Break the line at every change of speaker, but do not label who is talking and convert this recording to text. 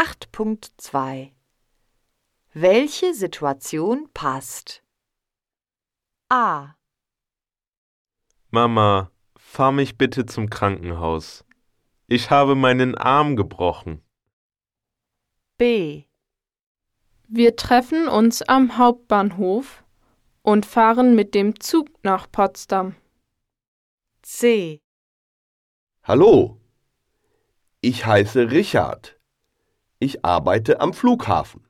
8.2 Welche Situation passt? A.
Mama, fahr mich bitte zum Krankenhaus. Ich habe meinen Arm gebrochen.
B.
Wir treffen uns am Hauptbahnhof und fahren mit dem Zug nach Potsdam.
C.
Hallo, ich heiße Richard. Ich arbeite am Flughafen.